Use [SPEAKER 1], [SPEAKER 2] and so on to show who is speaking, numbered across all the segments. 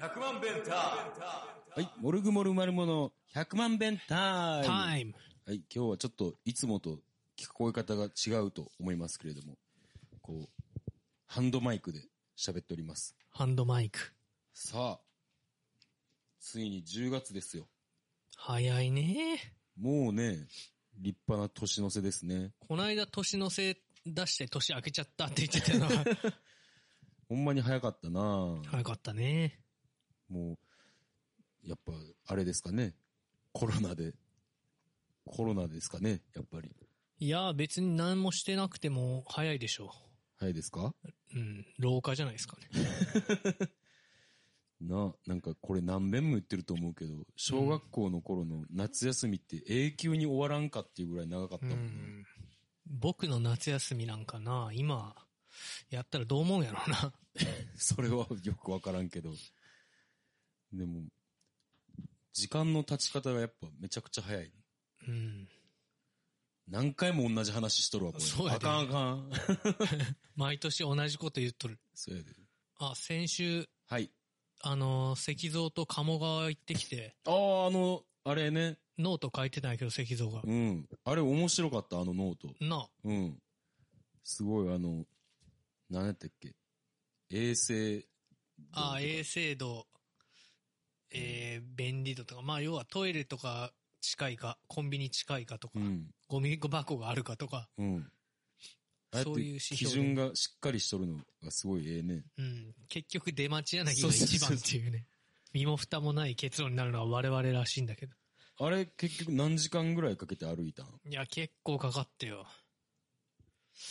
[SPEAKER 1] 100万ベンタ
[SPEAKER 2] はい、モルグモルマルモの100万弁タイム。
[SPEAKER 3] タイム。
[SPEAKER 2] はい、今日はちょっといつもと聞こえ方が違うと思いますけれども、こう、ハンドマイクで喋っております。
[SPEAKER 3] ハンドマイク。
[SPEAKER 2] さあ、ついに10月ですよ。
[SPEAKER 3] 早いね。
[SPEAKER 2] もうね、立派な年の瀬ですね。
[SPEAKER 3] こないだ年のせ出して年明けちゃったって言ってた のが
[SPEAKER 2] ほんまに早かったなぁ
[SPEAKER 3] 早かったね。
[SPEAKER 2] もう、やっぱ、あれですかね。コロナで、コロナですかね、やっぱり。
[SPEAKER 3] いや、別に何もしてなくても早いでしょ
[SPEAKER 2] 早いですか
[SPEAKER 3] う。うん。老化じゃないですかね。
[SPEAKER 2] な、なんかこれ何遍も言ってると思うけど、小学校の頃の夏休みって永久に終わらんかっていうぐらい長かったもんね。
[SPEAKER 3] 僕の夏休みなんかな、今、やったらどう思うんやろうな。
[SPEAKER 2] それはよくわからんけど。でも、時間の経ち方がやっぱめちゃくちゃ早い。
[SPEAKER 3] うん。
[SPEAKER 2] 何回も同じ話しとるわ、これ。
[SPEAKER 3] そうやで
[SPEAKER 2] あかんあかん。
[SPEAKER 3] 毎年同じこと言っとる。
[SPEAKER 2] そうやで。
[SPEAKER 3] あ、先週、
[SPEAKER 2] はい。
[SPEAKER 3] あの、石像と鴨川行ってきて、
[SPEAKER 2] ああ、あの、あれね。
[SPEAKER 3] ノート書いてないけど石像が。
[SPEAKER 2] うん。あれ面白かった、あのノート。
[SPEAKER 3] なあ、
[SPEAKER 2] うん。すごい、あの、何やったっけ。衛星。
[SPEAKER 3] ああ、衛生度、えー、便利度とか、まあ要はトイレとか近いか、コンビニ近いかとか、
[SPEAKER 2] うん
[SPEAKER 3] ゴミ箱があるかとか、
[SPEAKER 2] うん。ああやっ
[SPEAKER 3] そういう
[SPEAKER 2] て
[SPEAKER 3] 指
[SPEAKER 2] 基
[SPEAKER 3] 標で
[SPEAKER 2] 準がしっかりしとるのがすごいええね。
[SPEAKER 3] うん、結局出待ち柳が一番っていうね。身も蓋もない結論になるのは我々らしいんだけど。
[SPEAKER 2] あれ結局何時間ぐらいかけて歩いたん
[SPEAKER 3] いや、結構かかってよ。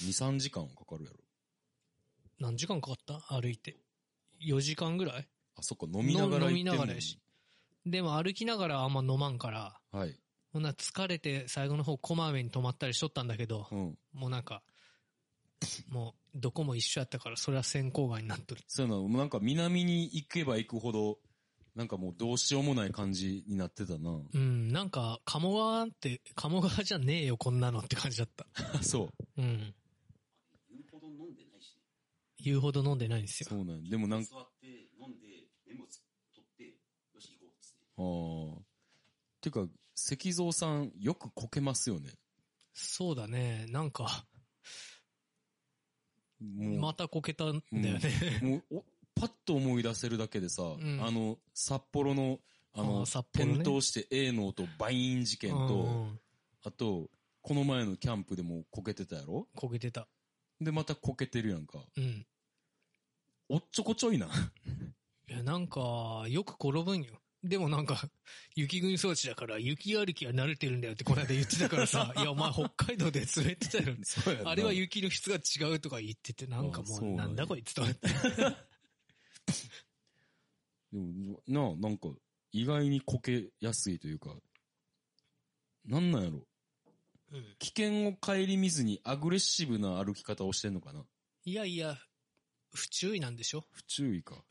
[SPEAKER 2] ?2、3時間はかかるやろ。
[SPEAKER 3] 何時間かかった歩いて。4時間ぐらい
[SPEAKER 2] あ、そっか、飲みながら行ってんの
[SPEAKER 3] 飲みながらやし。でも歩きながらあんま飲まんから、
[SPEAKER 2] はい。
[SPEAKER 3] ほんなら疲れて最後の方こまめに泊まったりしとったんだけど、
[SPEAKER 2] うん。
[SPEAKER 3] もうなんか、もう、どこも一緒やったから、それは先行外になっとる。
[SPEAKER 2] そういうの、もうなんか南に行けば行くほど、なんかもうどうしようもない感じになってた な。
[SPEAKER 3] うん、なんか、鴨川って、鴨川じゃねえよ、こんなのって感じだった。
[SPEAKER 2] あそう。
[SPEAKER 3] うん。言うほど飲んでないし、言うほど飲んでないんです
[SPEAKER 2] そ
[SPEAKER 3] よ。
[SPEAKER 2] うなんやでもなんか、
[SPEAKER 4] 座って飲んでメモつ取ってよし行こうっつって
[SPEAKER 2] あーてか、石像さんよくこけますよね。
[SPEAKER 3] そうだね、なんか、
[SPEAKER 2] もう、
[SPEAKER 3] またこけたんだよね。
[SPEAKER 2] もう、おパッと思い出せるだけでさ、
[SPEAKER 3] ん
[SPEAKER 2] あの、札幌の、 あの、
[SPEAKER 3] あー札幌ね
[SPEAKER 2] 転倒して A の音バイン事件
[SPEAKER 3] う
[SPEAKER 2] と、
[SPEAKER 3] んうん
[SPEAKER 2] あと、この前のキャンプでもこけてたやろ
[SPEAKER 3] こけてた。
[SPEAKER 2] で、またこけてるやんか。
[SPEAKER 3] うん。い
[SPEAKER 2] おっちょこちょいな。
[SPEAKER 3] や、なんか、よく転ぶんよ。でもなんか、雪国装置だから、雪歩きは慣れてるんだよってこの間言ってたか らさ、いや、お前北海道で滑ってたよ。
[SPEAKER 2] そうやんな
[SPEAKER 3] あれは雪の質が違うとか言ってて、なんか
[SPEAKER 2] あ
[SPEAKER 3] も
[SPEAKER 2] そう
[SPEAKER 3] う、
[SPEAKER 2] な
[SPEAKER 3] なん
[SPEAKER 2] や
[SPEAKER 3] んだこいつと思って。
[SPEAKER 2] でも、なあ、なんか、意外にこけやすいというか、なんなんやろ。
[SPEAKER 3] うん
[SPEAKER 2] 危険を顧みずにアグレッシブな歩き方をしてんのかない
[SPEAKER 3] やいや、不注意なんでしょ
[SPEAKER 2] 不注 意か。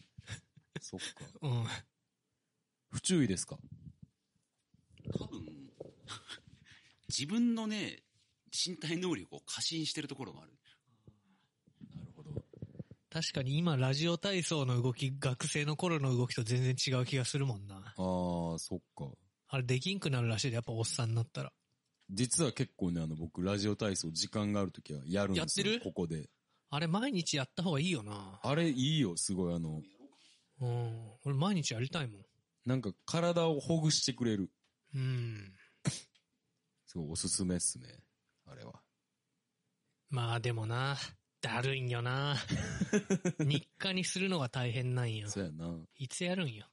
[SPEAKER 2] そっか。
[SPEAKER 3] うん。
[SPEAKER 2] 不注意ですか
[SPEAKER 4] 多分 自分のね身体能力を過信してるところがある
[SPEAKER 2] なるほど。
[SPEAKER 3] 確かに今、ラジオ体操の動き、学生の頃の動きと全然違う気がするもんな。
[SPEAKER 2] ああ、そっか。
[SPEAKER 3] あれ、できんくなるらしいで、やっぱおっさんになったら。
[SPEAKER 2] 実は結構ね、あの、僕、ラジオ体操時間があるときはやるんですよ。
[SPEAKER 3] やってる
[SPEAKER 2] ここで。
[SPEAKER 3] あれ、毎日やった方がいいよな。
[SPEAKER 2] あれ、いいよ、すごい。あの、
[SPEAKER 3] うん。俺、毎日やりたいもん。
[SPEAKER 2] なんか体をほぐしてくれる。
[SPEAKER 3] うん。
[SPEAKER 2] すごい、おすすめっすね。あれは。
[SPEAKER 3] まあ、でもな、だるいん よな。日課にするのが大変なんよ。
[SPEAKER 2] そうやな。
[SPEAKER 3] いつやるんよ。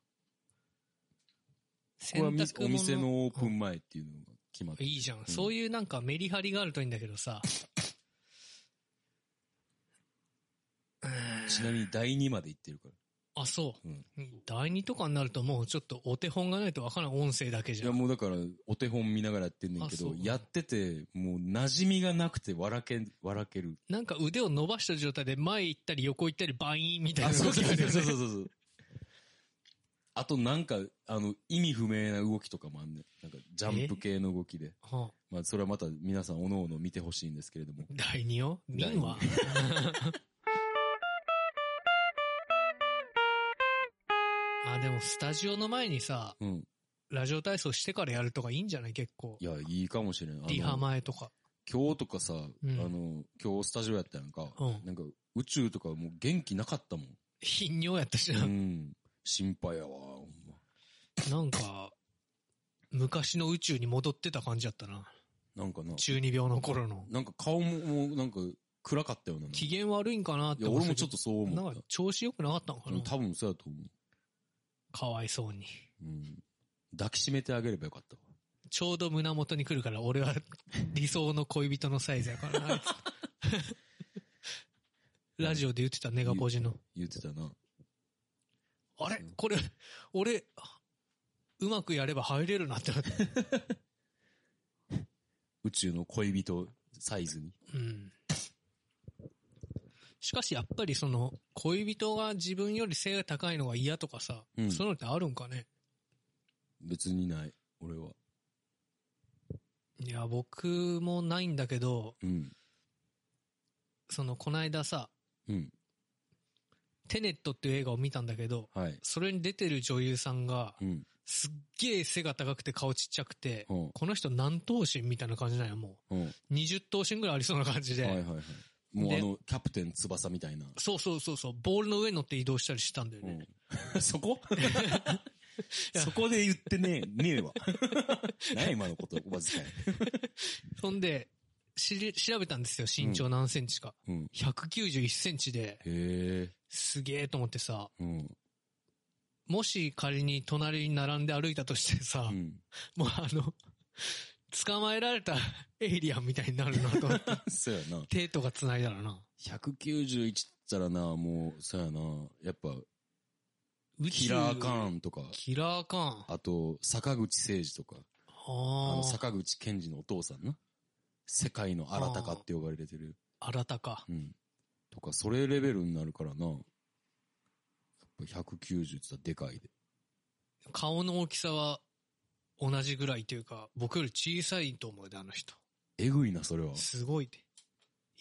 [SPEAKER 2] これはみ
[SPEAKER 3] 洗濯物
[SPEAKER 2] お店のオープン前っていうのが決まって。
[SPEAKER 3] いいじゃん。そういうなんかメリハリがあるといいんだけどさ。
[SPEAKER 2] ちなみに第2まで行ってるから。
[SPEAKER 3] あ、そう。
[SPEAKER 2] うん
[SPEAKER 3] 第2とかになるともうちょっとお手本がないとわからん音声だけ
[SPEAKER 2] い
[SPEAKER 3] じゃ
[SPEAKER 2] や、
[SPEAKER 3] ん。
[SPEAKER 2] もうだから、お手本見ながらやってんねんけ
[SPEAKER 3] あそ
[SPEAKER 2] ど、
[SPEAKER 3] う
[SPEAKER 2] やってて、もう馴染みがなくて笑け、笑け る。
[SPEAKER 3] なんか腕を伸ばした状態で前行ったり横行ったりバイーンみたいな動きあるよね
[SPEAKER 2] そうそうそうそう。あとなんか、あの、意味不明な動きとかもあんねん。なんか、ジャンプ系の動きで。
[SPEAKER 3] はあ
[SPEAKER 2] まあ、それはまた皆さん、おのおの見てほしいんですけれども。
[SPEAKER 3] 第2よ
[SPEAKER 2] 第
[SPEAKER 3] 民は あ、でもスタジオの前にさ、
[SPEAKER 2] うん。
[SPEAKER 3] ラジオ体操してからやるとかいいんじゃない結構
[SPEAKER 2] い。や、いいかもしれん。あの
[SPEAKER 3] リハ前とか。
[SPEAKER 2] 今日とかさ、
[SPEAKER 3] ん
[SPEAKER 2] あの、今日スタジオやったやんか。
[SPEAKER 3] うん
[SPEAKER 2] なんか、宇宙とかもう元気なかったもん。
[SPEAKER 3] 頻尿やったしな。
[SPEAKER 2] うん。心配やわ、ほんま。
[SPEAKER 3] なんか、昔の宇宙に戻ってた感じやったな。
[SPEAKER 2] なんかな、
[SPEAKER 3] 中二病の頃の。
[SPEAKER 2] なんか顔も、もうなんか、暗かったような。
[SPEAKER 3] 機
[SPEAKER 2] い
[SPEAKER 3] 嫌悪いんかなって
[SPEAKER 2] や、
[SPEAKER 3] 思
[SPEAKER 2] 俺もちょっとそう
[SPEAKER 3] な
[SPEAKER 2] 思
[SPEAKER 3] ん
[SPEAKER 2] っ
[SPEAKER 3] か
[SPEAKER 2] た。
[SPEAKER 3] 調子良くなかったのか
[SPEAKER 2] うん
[SPEAKER 3] な
[SPEAKER 2] 多分そうやと思う。
[SPEAKER 3] かわいそうに。
[SPEAKER 2] うん。抱きしめてあげればよかったわ。
[SPEAKER 3] ちょうど胸元に来るから、俺 は理想の恋人のサイズやからな。あいつラジオで言ってた、ネガポジの。
[SPEAKER 2] 言ってたな。
[SPEAKER 3] あれこれ、俺、うまくやれば入れるなってなって。
[SPEAKER 2] 宇宙の恋人サイズに。
[SPEAKER 3] うん。しかしやっぱりその、恋人が自分より背が高いのが嫌とかさ、
[SPEAKER 2] うん
[SPEAKER 3] そういうのってあるんかね
[SPEAKER 2] 別にない、俺は。
[SPEAKER 3] いや、僕もないんだけど、
[SPEAKER 2] うん。
[SPEAKER 3] その、こないださ、
[SPEAKER 2] うん。
[SPEAKER 3] テネットっていう映画を見たんだけど、
[SPEAKER 2] はい。
[SPEAKER 3] それに出てる女優さんが
[SPEAKER 2] う、ん。
[SPEAKER 3] すっげえ背が高くて顔ちっちゃくて、
[SPEAKER 2] うん
[SPEAKER 3] この人何頭身みたいな感じなんや、も
[SPEAKER 2] うん。は
[SPEAKER 3] う。20頭身ぐらいありそうな感じ
[SPEAKER 2] い
[SPEAKER 3] で。
[SPEAKER 2] はいはい。もう
[SPEAKER 3] で
[SPEAKER 2] あの、キャプテン翼みたいな。
[SPEAKER 3] そうそうそうそう、ボールの上に乗って移動したりしてたんだよね。
[SPEAKER 2] うん そこそこで言ってねえ、ねえ わ。何や今のこと、おばずかい。
[SPEAKER 3] そんで、しり調べたんですよ、身長何センチか。
[SPEAKER 2] うん。
[SPEAKER 3] 191センチで、
[SPEAKER 2] へえ。
[SPEAKER 3] すげえと思ってさ、
[SPEAKER 2] うん。
[SPEAKER 3] もし仮に隣に並んで歩いたとしてさ、
[SPEAKER 2] うん。
[SPEAKER 3] もうあの、 捕まえられたエイリアンみたいになるなと思って、
[SPEAKER 2] そうやな。
[SPEAKER 3] 手とか繋いだらな。
[SPEAKER 2] 191っつったらな、もう、そうやな。やっぱ、
[SPEAKER 3] 宇宙
[SPEAKER 2] キラーカーンとか、
[SPEAKER 3] キラーカーン。
[SPEAKER 2] あと、坂口誠二とか、あ
[SPEAKER 3] あ
[SPEAKER 2] の、坂口健二のお父さんな。世界の新たかって呼ばれてる。
[SPEAKER 3] あ。新たか。
[SPEAKER 2] うん。とか、それレベルになるからな。やっぱ190って言ったらでかいで。
[SPEAKER 3] 顔の大きさは同じぐらいというか、僕より小さいと思うで、あの人。
[SPEAKER 2] えぐいな、それは。
[SPEAKER 3] すごいで。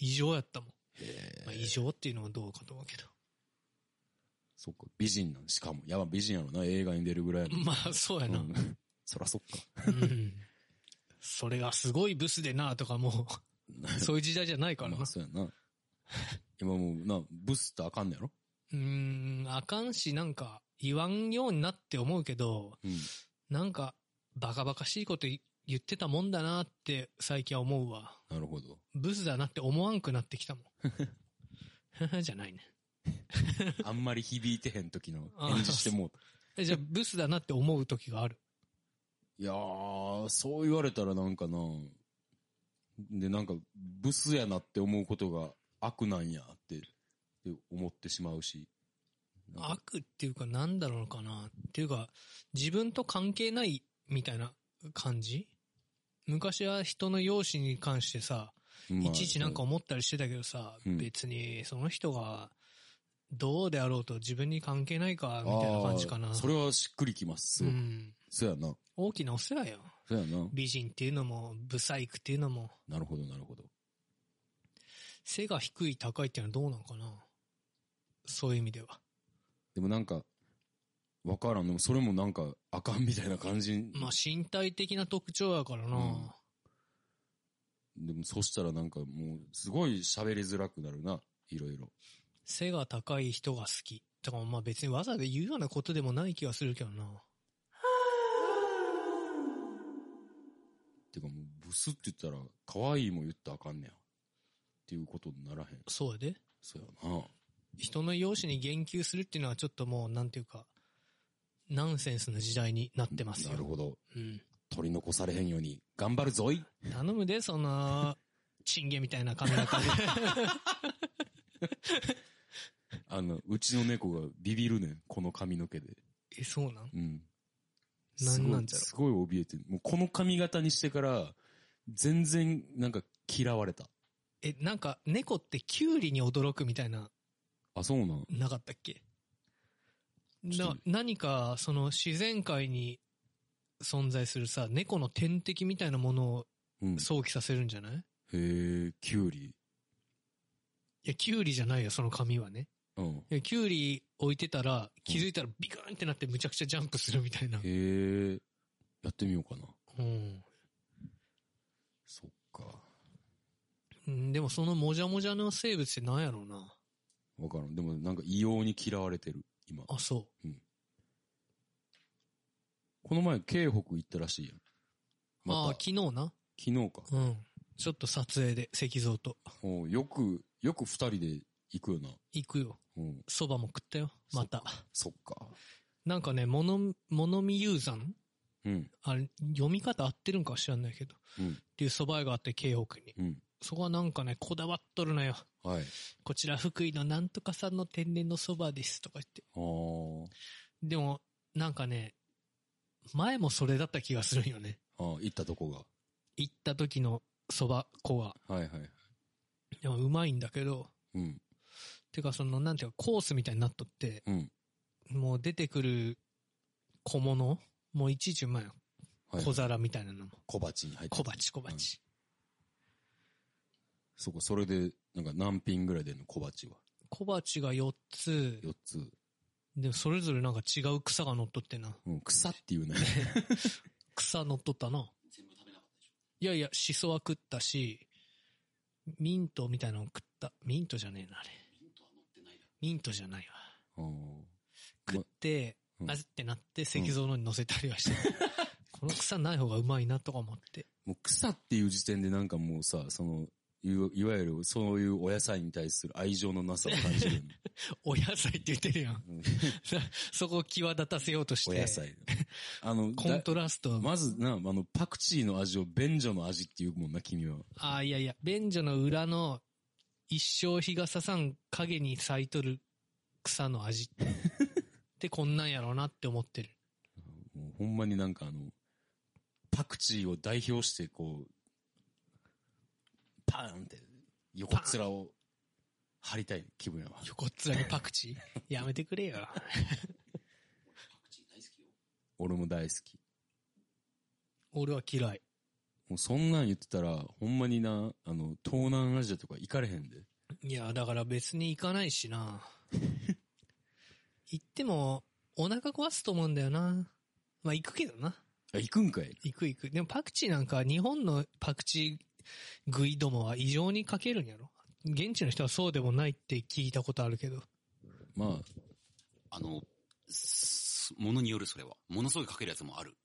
[SPEAKER 3] 異常やったもん。
[SPEAKER 2] へ
[SPEAKER 3] まあ、
[SPEAKER 2] え。
[SPEAKER 3] 異常っていうのはどうかと思うけど。
[SPEAKER 2] そっか、美人なんしかも。やば、美人やろな、映画に出るぐらいやのに
[SPEAKER 3] まあ、そうやな。
[SPEAKER 2] うんそらそっか。
[SPEAKER 3] うんそれがすごいブスでなとかも う、そういう時代じゃないからな。
[SPEAKER 2] まあ、そうやな。今もう、な、ブスってあかんねやろ
[SPEAKER 3] うーん、あかんし、なんか、言わんようになって思うけど、
[SPEAKER 2] うん。
[SPEAKER 3] なんか、バカバカしいこと言言ってたもんだなって最近は思うわ。
[SPEAKER 2] なるほど。
[SPEAKER 3] ブスだなって思わんくなってきたもん。 じゃないね。
[SPEAKER 2] あんまり響いてへん時 の返事してもうた。
[SPEAKER 3] えじゃあ、ブスだなって思う時がある。
[SPEAKER 2] いやー、そう言われたらなんかな。で、なんか、ブスやなって思うことが悪なんやって、って思ってしまうし。なんか
[SPEAKER 3] 悪っていうかなんだろうかな。っていうか、自分と関係ないみたいな感じ昔は人の容姿に関してさ、
[SPEAKER 2] まあ
[SPEAKER 3] いちいちなんか思ったりしてたけどさ、
[SPEAKER 2] うん
[SPEAKER 3] 別にその人がどうであろうと自分に関係ないか、みたいな感じか
[SPEAKER 2] あ
[SPEAKER 3] な。
[SPEAKER 2] ーそれはしっくりきます。す
[SPEAKER 3] う
[SPEAKER 2] ごく
[SPEAKER 3] ん。
[SPEAKER 2] そうやな。
[SPEAKER 3] 大きなお世話よ。
[SPEAKER 2] そうやな。
[SPEAKER 3] 美人っていうのも、ブサイクっていうのも、
[SPEAKER 2] なるほど、なるほど。
[SPEAKER 3] 背が低い高いっていうのはどうなのかなそういう意味では。
[SPEAKER 2] でもなんか、わからん。でもそれもなんか、あかんみたいな感じ。
[SPEAKER 3] まあ身体的な特徴やからな。
[SPEAKER 2] うんでもそしたらなんかもう、すごい喋りづらくなるな。いろいろ。
[SPEAKER 3] 背が高い人が好き。とかまあ別にわざわざ言うようなことでもない気がするけどな。
[SPEAKER 2] てかもう、ブスって言ったら、可愛いも言ったらあかんねや。っていうことにならへん。
[SPEAKER 3] そうやで。
[SPEAKER 2] そうやな。
[SPEAKER 3] 人の容姿に言及するっていうのはちょっともう、なんていうか、ナンセンスな時代になってますよ。
[SPEAKER 2] なるほど。
[SPEAKER 3] うん。
[SPEAKER 2] 取り残されへんように、頑張るぞい。
[SPEAKER 3] 頼むで、その、チンゲみたいな髪 型で。
[SPEAKER 2] あの、うちの猫がビビるねん。この髪の毛で。
[SPEAKER 3] え、そうなん
[SPEAKER 2] うん。
[SPEAKER 3] なんなんじゃろ
[SPEAKER 2] すごいすごい怯えてる。もうこの髪型にしてから、全然なんか嫌われた。
[SPEAKER 3] え、なんか、猫ってキュウリに驚くみたいな、
[SPEAKER 2] あ、そうなん。
[SPEAKER 3] なかったっけ
[SPEAKER 4] ちょ
[SPEAKER 3] な
[SPEAKER 4] っと、
[SPEAKER 3] 何か、その自然界に存在するさ、猫の天敵みたいなものを
[SPEAKER 2] うん。へ
[SPEAKER 3] 想起させるんじゃない
[SPEAKER 2] え、キュウリ。
[SPEAKER 3] いや、キュウリじゃないよ、その紙はね。
[SPEAKER 2] うん。
[SPEAKER 3] いやキュウリ置いてたら、気づいたらビカーンってなってむちゃくちゃジャンプするみたいな。
[SPEAKER 2] へえ、やってみようかな。
[SPEAKER 3] うん
[SPEAKER 2] そっか。
[SPEAKER 3] うん。でもそのもじゃもじゃの生物って何やろうな。
[SPEAKER 2] わからん。でもなんか異様に嫌われてる、今。
[SPEAKER 3] あ、そ
[SPEAKER 2] この前、京北行ったらしいやん。
[SPEAKER 3] う。ああ
[SPEAKER 2] また、
[SPEAKER 3] ー、昨日な。
[SPEAKER 2] 昨日か。
[SPEAKER 3] うん。ちょっと撮影で石像と
[SPEAKER 2] おうよく、よく二人で行くよな。
[SPEAKER 3] 行くよ。
[SPEAKER 2] うん。
[SPEAKER 3] 蕎麦も食ったよ。また。
[SPEAKER 2] そっか。
[SPEAKER 3] なんかね、もの、ものみゆうざん
[SPEAKER 2] うん。
[SPEAKER 3] あれ、読み方合ってるんかは知らんないけど。
[SPEAKER 2] うん
[SPEAKER 3] っていう蕎麦屋があって、京北に。
[SPEAKER 2] うん。
[SPEAKER 3] そこはなんかね、こだわっとるなよ。
[SPEAKER 2] はい。
[SPEAKER 3] こちら福井のなんとかさんの天然の蕎麦ですとか言って。
[SPEAKER 2] あー
[SPEAKER 3] でも、なんかね、前もそれだった気がするんよね。
[SPEAKER 2] あー。行ったとこが。
[SPEAKER 3] 行った時の蕎麦粉は。
[SPEAKER 2] はいはい。
[SPEAKER 3] でもうまいんだけど、
[SPEAKER 2] うん。
[SPEAKER 3] てかその、なんていうか、コースみたいになっとって、
[SPEAKER 2] うん。
[SPEAKER 3] もう出てくる小物もういちいちうまいよ。
[SPEAKER 2] はい
[SPEAKER 3] 小皿みたいなのも。
[SPEAKER 2] 小鉢に入って
[SPEAKER 3] 小
[SPEAKER 2] る
[SPEAKER 3] 鉢、小鉢。
[SPEAKER 2] そこ、それで、なんか何品ぐらい出るの小鉢は。
[SPEAKER 3] 小鉢が4つ、
[SPEAKER 2] 4つ。
[SPEAKER 3] でもそれぞれなんか違う草が乗っとってな。
[SPEAKER 2] うん。草って いうね。
[SPEAKER 3] 草乗っとったな。
[SPEAKER 4] 全部食べなかったでし
[SPEAKER 3] いやいや、シソは食ったし、ミントみたいなの食った。ミントじゃねえな、あれ。
[SPEAKER 4] ょ。ミントは乗ってないだろ。
[SPEAKER 3] ミントじゃないわ。
[SPEAKER 2] あーま
[SPEAKER 3] 食って、
[SPEAKER 2] うん
[SPEAKER 3] あずってなって石像のに乗せたり はして、この草ない方がうまいなとか思って。
[SPEAKER 2] もう草っていう時点でなんかもうさ、その、いわいわゆるそういうお野菜に対する愛情のなさを感じるよね。
[SPEAKER 3] お野菜って言ってるやん。
[SPEAKER 2] うん
[SPEAKER 3] そこを際立たせようとして。
[SPEAKER 2] お野菜。あの、
[SPEAKER 3] コントラスト。
[SPEAKER 2] だまずな、あの、パクチーの味を便所の味っていうもんな、君は。
[SPEAKER 3] ああ、いやいや、便所の裏の一生日がささん影に咲いとる草の味って。 で、こんなんやろうなって思ってる。
[SPEAKER 2] もうほんまになんかあの、パクチーを代表してこう、パーンって横面を張りたい気分やわ。
[SPEAKER 3] 横っ面にパクチーやめてくれよ。
[SPEAKER 4] パクチー大好きよ。
[SPEAKER 2] 俺も大好き。
[SPEAKER 3] 俺は嫌い。
[SPEAKER 2] もうそんなん言ってたら、ほんまにな、あの、東南アジアとか行かれへんで。
[SPEAKER 3] いや、だから別に行かないし な。行っても、お腹壊すと思うんだよな。まあ行くけどな。
[SPEAKER 2] あ、行くんかい
[SPEAKER 3] 行く行く。でもパクチーなんか、日本のパクチー食いどもは異常にかけるんやろ。現地の人はそうでもないって聞いたことあるけど。
[SPEAKER 2] まあ、
[SPEAKER 4] あの、すものによるそれは。ものすごいかけるやつもある。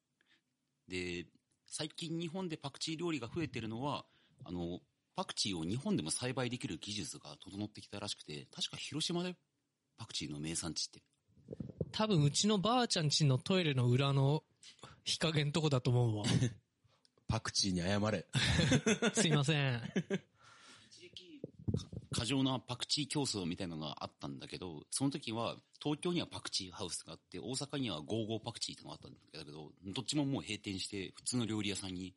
[SPEAKER 4] で、最近日本でパクチー料理が増えてるのは、あの、パクチーを日本でも栽培できる技術が整ってきたらしくて、確か広島だよ。パクチーの名産地って。
[SPEAKER 3] 多分うちのばあちゃんちのトイレの裏の日陰んとこだと思うわ。
[SPEAKER 2] パクチーに謝れ。
[SPEAKER 3] すいません。
[SPEAKER 4] 一時期、過剰なパクチー競争みたいなのがあったんだけど、その時は、東京にはパクチーハウスがあって、大阪にはゴーゴーパクチーってのがあったんだけど、どっちももう閉店して、普通の料理屋さんに、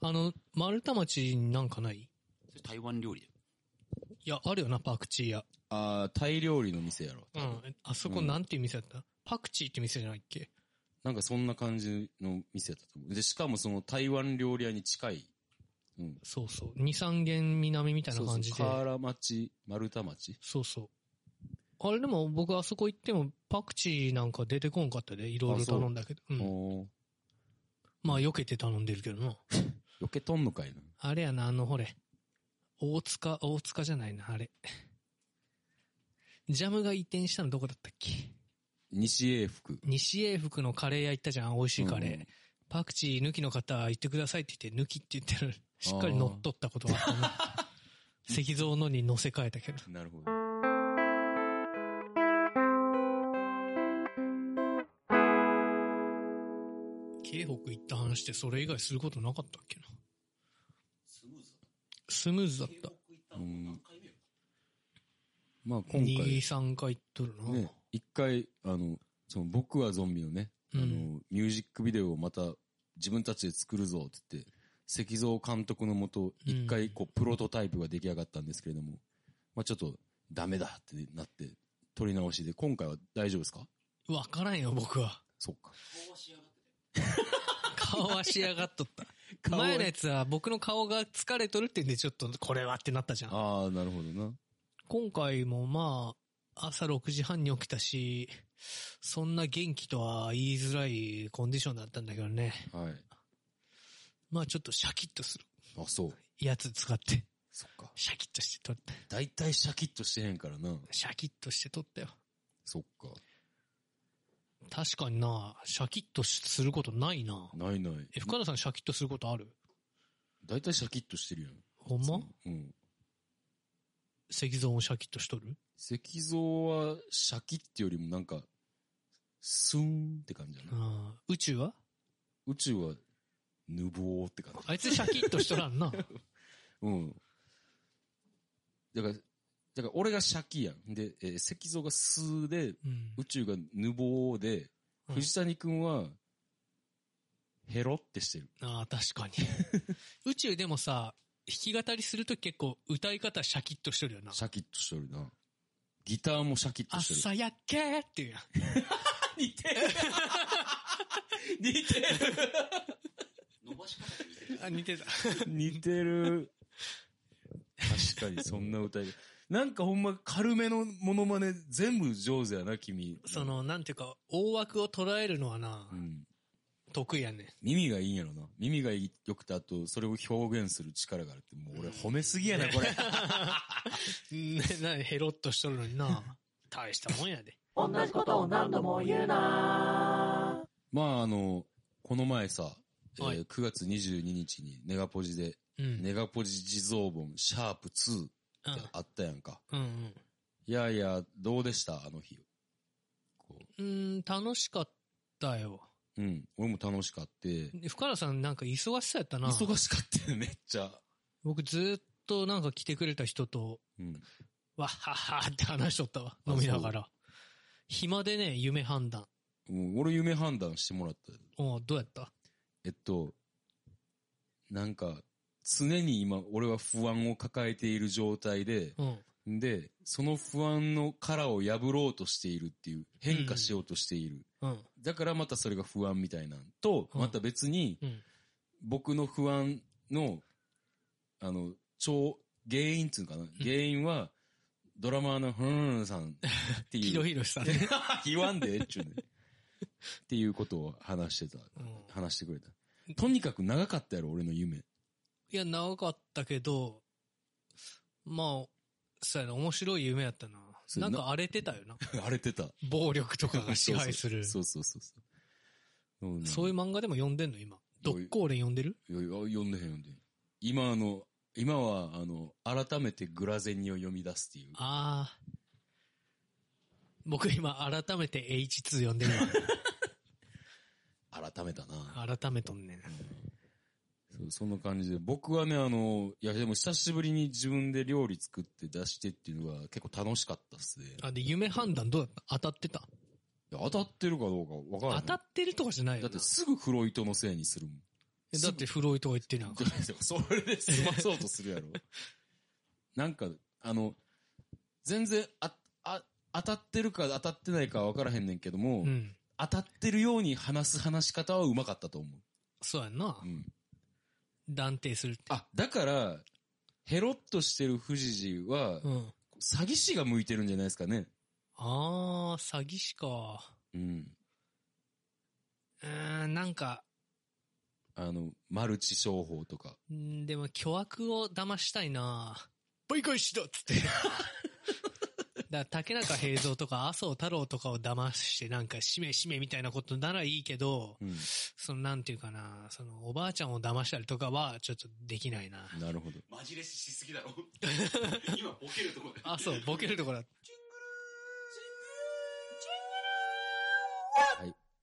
[SPEAKER 3] あの、丸太町になんかない
[SPEAKER 4] それ台湾料理だよ。
[SPEAKER 3] いや、あるよな、パクチー屋。
[SPEAKER 2] ああ、タイ料理の店やろ。
[SPEAKER 3] うん。あそこなんていう店だった、パクチーって店じゃないっけ
[SPEAKER 2] なんかそんな感じの店やったと思う。で、しかもその台湾料理屋に近い。うん。
[SPEAKER 3] そうそう。二三軒南みたいな感じで。
[SPEAKER 2] そうそう河原町、丸太町。
[SPEAKER 3] そうそう。あれでも僕あそこ行ってもパクチーなんか出てこんかったで、いろいろ頼んだけど。うん。
[SPEAKER 2] おー
[SPEAKER 3] まあ避けて頼んでるけどな。
[SPEAKER 2] よけとんのかいな。
[SPEAKER 3] あれやな、あのほれ。大塚、大塚じゃないな、あれ。ジャムが移転したのどこだったっけ
[SPEAKER 2] 西英福。
[SPEAKER 3] 西英福のカレー屋行ったじゃん、美味しいカレー。パクチー抜きの方行ってくださいって言って、抜きって言ってる。しっかり乗っ取ったことがあった な。石像のに乗せ替えたけど。
[SPEAKER 2] うんなるほど。
[SPEAKER 3] 京北行った話ってそれ以外することなかったっけな。
[SPEAKER 4] スムーズ
[SPEAKER 3] スムーズだ
[SPEAKER 4] だ
[SPEAKER 3] っ
[SPEAKER 4] った。
[SPEAKER 3] た。
[SPEAKER 4] 京北行ったのも何回目よ
[SPEAKER 2] まあ今
[SPEAKER 3] 2、
[SPEAKER 2] 回、
[SPEAKER 3] 3回行っとるな。
[SPEAKER 2] ね、一回、あの、その僕はゾンビのね、
[SPEAKER 3] うん
[SPEAKER 2] あの、ミュージックビデオをまた自分たちで作るぞって言って、石像監督のもと、
[SPEAKER 3] うん
[SPEAKER 2] 一回こう、プロトタイプが出来上がったんですけれども、まあちょっと、ダメだってなって、取り直しで、今回は大丈夫ですか
[SPEAKER 3] わからんよ、僕は。
[SPEAKER 2] そうか。
[SPEAKER 3] 顔は仕上がっとった。
[SPEAKER 2] 顔は
[SPEAKER 3] 前のやつは僕の顔が疲れとるってんで、ちょっとこれはってなったじゃん。
[SPEAKER 2] ああ、なるほどな。
[SPEAKER 3] 今回もまあ、朝6時半に起きたし、そんな元気とは言いづらいコンディションだったんだけどね。
[SPEAKER 2] はい。
[SPEAKER 3] まあちょっとシャキッとする。
[SPEAKER 2] あ、そう。
[SPEAKER 3] やつ使って、
[SPEAKER 2] そっか。
[SPEAKER 3] シャキッとして撮った。
[SPEAKER 2] 大体シャキッとしてへんからな。
[SPEAKER 3] シャキッとして撮ったよ。
[SPEAKER 2] そっか。
[SPEAKER 3] 確かにな、シャキッとすることないな。
[SPEAKER 2] ないない。
[SPEAKER 3] え、深田さんシャキッとすることある
[SPEAKER 2] 大体シャキッとしてるやん。
[SPEAKER 3] ほんま
[SPEAKER 2] うん。
[SPEAKER 3] 石像をシャキッとしとる
[SPEAKER 2] 石像はシャキッてよりもなんか、スーンって感じや
[SPEAKER 3] う
[SPEAKER 2] な。
[SPEAKER 3] ん。宇宙は
[SPEAKER 2] 宇宙は、ぬぼーって感じ。
[SPEAKER 3] あいつシャキッとしとら んな。
[SPEAKER 2] うん。だから、だから俺がシャキやん。で、えー石像がスーで、
[SPEAKER 3] うん。
[SPEAKER 2] 宇宙がぬぼーで、
[SPEAKER 3] うん
[SPEAKER 2] 藤谷くんは、ヘロってしてる。
[SPEAKER 3] ああ、確かに。 宇宙でもさ、弾き語りするとき結構歌い方シャキッとしとるよな。
[SPEAKER 2] シャキッとしてるな。ギターもシャキッとしてる。
[SPEAKER 3] 朝焼けっていうやん。
[SPEAKER 2] 似て る似てる
[SPEAKER 4] 伸ばし方が似てる。
[SPEAKER 3] あ、似てた。
[SPEAKER 2] 似てる。確かに、そんな歌い。なんかほんま軽めのモノマネ全部上手やな、君。
[SPEAKER 3] そ、の、なんていうか、大枠を捉えるのはな
[SPEAKER 2] う、ん。
[SPEAKER 3] 得意やね。
[SPEAKER 2] 耳がいいんやろな。耳が良くて、あと、それを表現する力があるって、もう俺褒めすぎやな、これ。
[SPEAKER 3] ね、なにヘロッとしとるの にな。大したもんやで。
[SPEAKER 5] 同じことを何度も言うな
[SPEAKER 2] まあ、あの、この前さ、えー
[SPEAKER 3] はい
[SPEAKER 2] 9月22日にネガポジで、
[SPEAKER 3] うん。
[SPEAKER 2] ネガポジ地蔵本、シャープ2って
[SPEAKER 3] うん。
[SPEAKER 2] あったやんか。
[SPEAKER 3] うんうん。
[SPEAKER 2] いやいや、どうでしたあの日。こ
[SPEAKER 3] うーん、楽しかったよ。
[SPEAKER 2] ううん。俺も楽しかって。
[SPEAKER 3] 深田さんなんか忙しそうやったな。
[SPEAKER 2] 忙しかったよ、めっちゃ。
[SPEAKER 3] 僕ずーっとなんか来てくれた人と、
[SPEAKER 2] うん。
[SPEAKER 3] わっはっはって話しとったわ。飲みながら。暇でね、夢判断。
[SPEAKER 2] もう俺夢判断してもらったよ。
[SPEAKER 3] おうどうやった
[SPEAKER 2] えっと、なんか、常に今、俺は不安を抱えている状態で、
[SPEAKER 3] うん。
[SPEAKER 2] で、その不安の殻を破ろうとしているっていう、変化しようとしている。
[SPEAKER 3] うん。
[SPEAKER 2] だからまたそれが不安みたいなんと、
[SPEAKER 3] うん
[SPEAKER 2] また別に、
[SPEAKER 3] うん。
[SPEAKER 2] 僕の不安の、あの、超、原因っつうのかな、原因は、ドラマーのふーんさんっていう。
[SPEAKER 3] ひろひろしたね。
[SPEAKER 2] 言わんでええっちゅうねん。っていうことを話してた。
[SPEAKER 3] うん
[SPEAKER 2] 話してくれた。とにかく長かったやろ、俺の夢。
[SPEAKER 3] いや、長かったけど、まあ、そうやな、面白い夢やったな。
[SPEAKER 2] そう
[SPEAKER 3] なん
[SPEAKER 2] な
[SPEAKER 3] か荒れてたよな。
[SPEAKER 2] 荒れて た。
[SPEAKER 3] 暴力とかが支配する。
[SPEAKER 2] そうそうそうそう。うん
[SPEAKER 3] そういう漫画でも読んでんの今。
[SPEAKER 2] ど
[SPEAKER 3] ド
[SPEAKER 2] ういう
[SPEAKER 3] ッコーレン読んでる
[SPEAKER 2] いやいや読んでへん読んでへん。今あの、今はあの、改めてグラゼニを読み出すっていう。
[SPEAKER 3] ああ。僕今改めて H2 読んでる
[SPEAKER 2] 改めたな。
[SPEAKER 3] わ。改 めとんねん。
[SPEAKER 2] そうそんな感じで。僕はね、あの、いやでも久しぶりに自分で料理作って出してっていうのが結構楽しかったっすね。
[SPEAKER 3] あ、で、夢判断どうだった当たってた
[SPEAKER 2] いや当たってるかどうかわからな
[SPEAKER 3] 当
[SPEAKER 2] い。
[SPEAKER 3] たってるとかじゃない
[SPEAKER 2] だ
[SPEAKER 3] よ
[SPEAKER 2] って
[SPEAKER 3] な。
[SPEAKER 2] すぐフロイトのせいにするもん。
[SPEAKER 3] えだってフロイトが言ってるやんか。
[SPEAKER 2] それで済まそうとするや ろ。なんか、あの、全然あ、あ、当たってるか当たってないかは分からへんねんけども、
[SPEAKER 3] うん。
[SPEAKER 2] 当たってるように話す話し方はうまかったと思
[SPEAKER 3] そうやんな
[SPEAKER 2] う。う。ん。
[SPEAKER 3] 断定するって。
[SPEAKER 2] あ、だから、ヘロッとしてる富士寺は、
[SPEAKER 3] うん。
[SPEAKER 2] 詐欺師が向いてるんじゃないですかね。
[SPEAKER 3] あー、詐欺師か。
[SPEAKER 2] うん。
[SPEAKER 3] うーん、なんか、
[SPEAKER 2] あの、マルチ商法とか。
[SPEAKER 3] うんでも巨悪を騙したいな倍返 しだっつって。だから竹中平蔵とか麻生太郎とかを騙してなんかしめしめみたいなことならいいけど、
[SPEAKER 2] うん。
[SPEAKER 3] そのなんていうかな、そのおばあちゃんを騙したりとかはちょっとできないな。
[SPEAKER 2] なるほど。
[SPEAKER 4] マジレスしすぎだ ろ。今ボケるとこで。
[SPEAKER 3] あ、そう、ボケるところだ。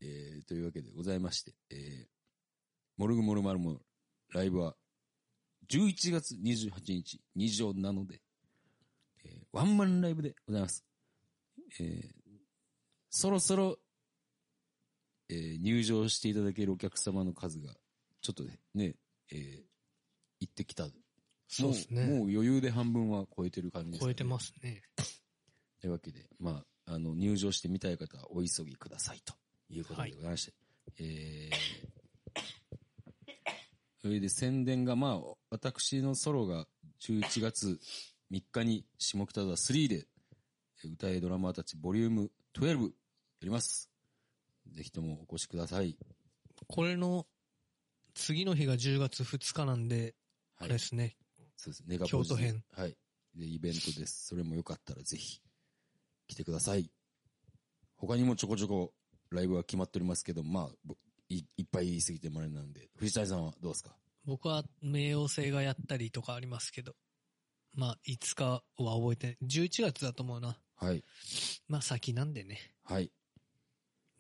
[SPEAKER 2] えーというわけでございまして、えーモルグモルマルモのライブは、11月28日、2畳なので、えーワンマンライブでございます。えーそろそろ、えー入場していただけるお客様の数が、ちょっとね、えー、行ってきた。
[SPEAKER 3] そうですね。
[SPEAKER 2] もうもう余裕で半分は超えてる感じです、。
[SPEAKER 3] 超えてますすね。
[SPEAKER 2] というわけで、まあ、あの、入場してみたい方はお急ぎくださいということでございまして。えー、それで宣伝が、まあ、私のソロが11月3日に下北沢3でえー歌いドラマーたちボリューム12やります。ぜひともお越しください。
[SPEAKER 3] これの次の日が10月2日なんで、
[SPEAKER 2] は
[SPEAKER 3] あ
[SPEAKER 2] い
[SPEAKER 3] れ。ですね。
[SPEAKER 2] そうです。ネガポジ
[SPEAKER 3] 京都編。
[SPEAKER 2] はい。で、イベントです。それもよかったらぜひ、来てください。他にもちょこちょこライブは決まっておりますけど、まあ、ぼいいっぱい言い過ぎてもらえなんで、藤谷さんはどうですか
[SPEAKER 3] 僕は冥王星がやったりとかありますけど、まあ、いつかは覚えてない。11月だと思うな。
[SPEAKER 2] はい。
[SPEAKER 3] まあ、先なんでね。
[SPEAKER 2] はい。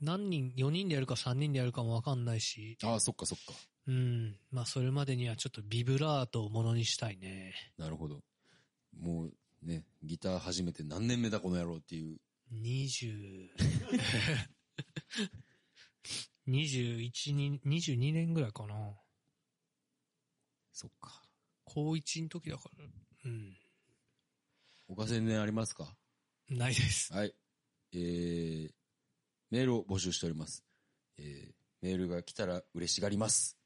[SPEAKER 3] 何人、4人でやるか3人でやるかもわかんないし、
[SPEAKER 2] ああ、そっかそっか。
[SPEAKER 3] うん。まあ、それまでにはちょっとビブラートをものにしたいね。
[SPEAKER 2] なるほど。もう、ね、ギター始めて何年目だこの野郎っていう。
[SPEAKER 3] 20 21に、22年ぐらいかな。
[SPEAKER 2] そっか。
[SPEAKER 3] 高1の時だから。うん。
[SPEAKER 2] 他宣伝ありますか
[SPEAKER 3] ないです。
[SPEAKER 2] はい。えー、メールを募集しております。えー、メールが来たら嬉しがります。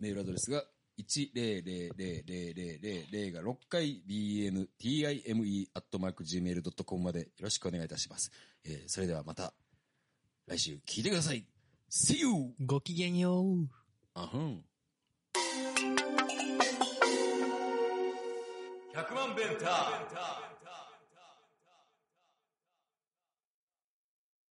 [SPEAKER 2] メールアドレスが、1000000が6回 bntime.gmail.com までよろしくお願いいたします。えー、それではまた、来週聞いてください !See you!
[SPEAKER 3] ごきげんよう。
[SPEAKER 2] あふん。
[SPEAKER 1] 100万ベンター